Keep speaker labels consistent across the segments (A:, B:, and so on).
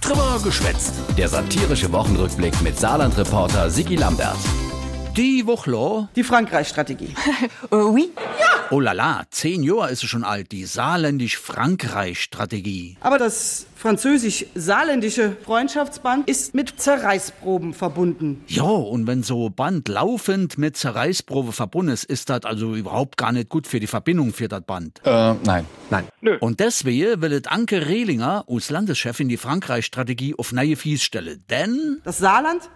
A: Drüber geschwätzt. Der satirische Wochenrückblick mit Saarland-Reporter Sigi Lambert. Die Wuchlo,
B: Die Frankreich-Strategie.
C: Äh, oui.
A: oh la la, zehn Jahre ist sie schon alt, die saarländisch-Frankreich-Strategie.
B: Aber das französisch-saarländische Freundschaftsband ist mit Zerreißproben verbunden.
A: Ja, und wenn so Band laufend mit Zerreißprobe verbunden ist, ist das also überhaupt gar nicht gut für die Verbindung für das Band.
D: Äh, nein. Nein.
A: Und deswegen will et Anke Rehlinger, uns Landeschefin, die Frankreich-Strategie auf neue Fies stellen. Denn,
B: Das Saarland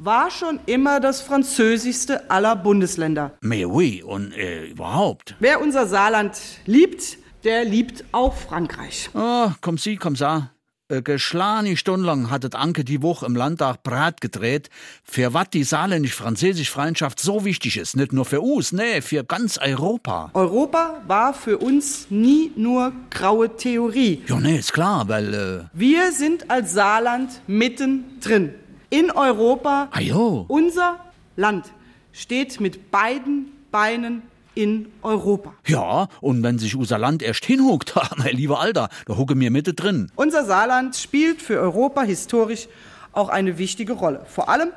B: war schon immer das französischste aller Bundesländer.
A: mais oui, und äh, überhaupt.
B: Wer unser Saarland liebt, der liebt auch Frankreich.
A: Ah, komm sie, komm sa. Äh, Geschlani stundenlang hat et Anke die Woche im Landtag Brat gedreht, für wat die saarländisch-französisch Freundschaft so wichtig ist. Nicht nur für uns, nee, für ganz Europa.
B: Europa war für uns nie nur graue Theorie.
A: Ja, nee, ist klar, weil, äh,
B: Wir sind als Saarland mittendrin. In Europa,
A: ah jo,
B: unser Land steht mit beiden Beinen in Europa.
A: ja, und wenn sich unser Land erst hinhuckt, ha, mein lieber Alter, da hucke mir Mitte drin.
B: Unser Saarland spielt für Europa historisch auch eine wichtige Rolle, vor allem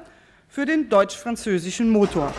B: für den deutsch-französischen Motor.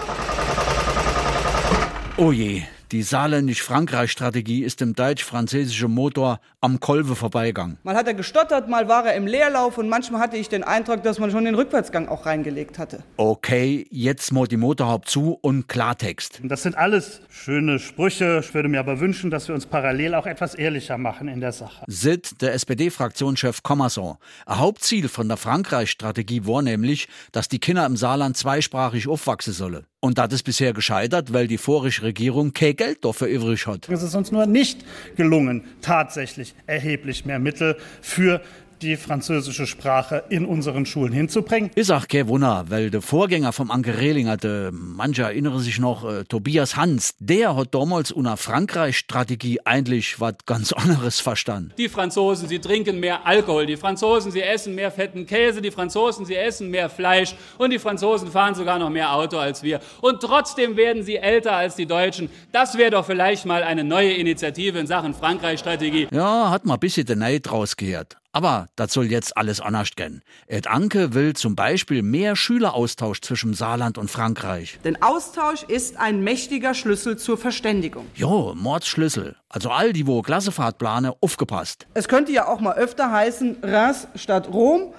A: Oh je, die saarländisch-Frankreich-Strategie ist im deutsch-französischen Motor am Kolbe vorbeigegangen.
B: Mal hat er gestottert, mal war er im Leerlauf und manchmal hatte ich den Eindruck, dass man schon den Rückwärtsgang auch reingelegt hatte.
A: Okay, jetzt mal die Motorhaube zu und Klartext.
E: Und Das sind alles schöne Sprüche. Ich würde mir aber wünschen, dass wir uns parallel auch etwas ehrlicher machen in der Sache.
A: Sitt, der SPD-Fraktionschef Kommerson. Ein Hauptziel von der Frankreich-Strategie war nämlich, dass die Kinder im Saarland zweisprachig aufwachsen sollen. Und das ist bisher gescheitert, weil die vorige Regierung kein Geld dafür übrig hat.
E: Es ist uns nur nicht gelungen, tatsächlich erheblich mehr Mittel für die französische Sprache in unseren Schulen hinzubringen.
A: Ist auch kein Wunder, weil der Vorgänger vom Anke Rehling hatte, manche erinnern sich noch, äh, Tobias Hans, der hat damals unter Frankreich-Strategie eigentlich was ganz anderes verstanden.
F: Die Franzosen, sie trinken mehr Alkohol. Die Franzosen, sie essen mehr fetten Käse. Die Franzosen, sie essen mehr Fleisch. Und die Franzosen fahren sogar noch mehr Auto als wir. Und trotzdem werden sie älter als die Deutschen. Das wäre doch vielleicht mal eine neue Initiative in Sachen Frankreich-Strategie.
A: Ja, hat mal ein bisschen den Neid rausgehört. Aber das soll jetzt alles anders gehen. Ed Anke will zum Beispiel mehr Schüleraustausch zwischen Saarland und Frankreich.
B: Denn Austausch ist ein mächtiger Schlüssel zur Verständigung.
A: Jo, Mordsschlüssel. Also all die, wo Klassefahrt plane, aufgepasst.
B: Es könnte ja auch mal öfter heißen Reims statt Rom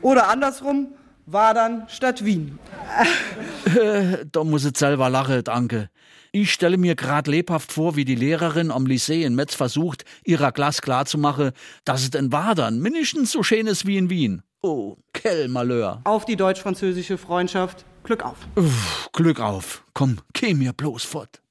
B: oder andersrum Wadern statt Wien.
A: Da muss ich selber lachen, danke. Ich stelle mir gerade lebhaft vor, wie die Lehrerin am Lycée in Metz versucht, ihrer Klasse klarzumachen, dass es in Wadern mindestens so schön ist wie in Wien. Oh, quel Malheur.
B: Auf die deutsch-französische Freundschaft. Glück auf.
A: Uff, Glück auf. Komm, geh mir bloß fort.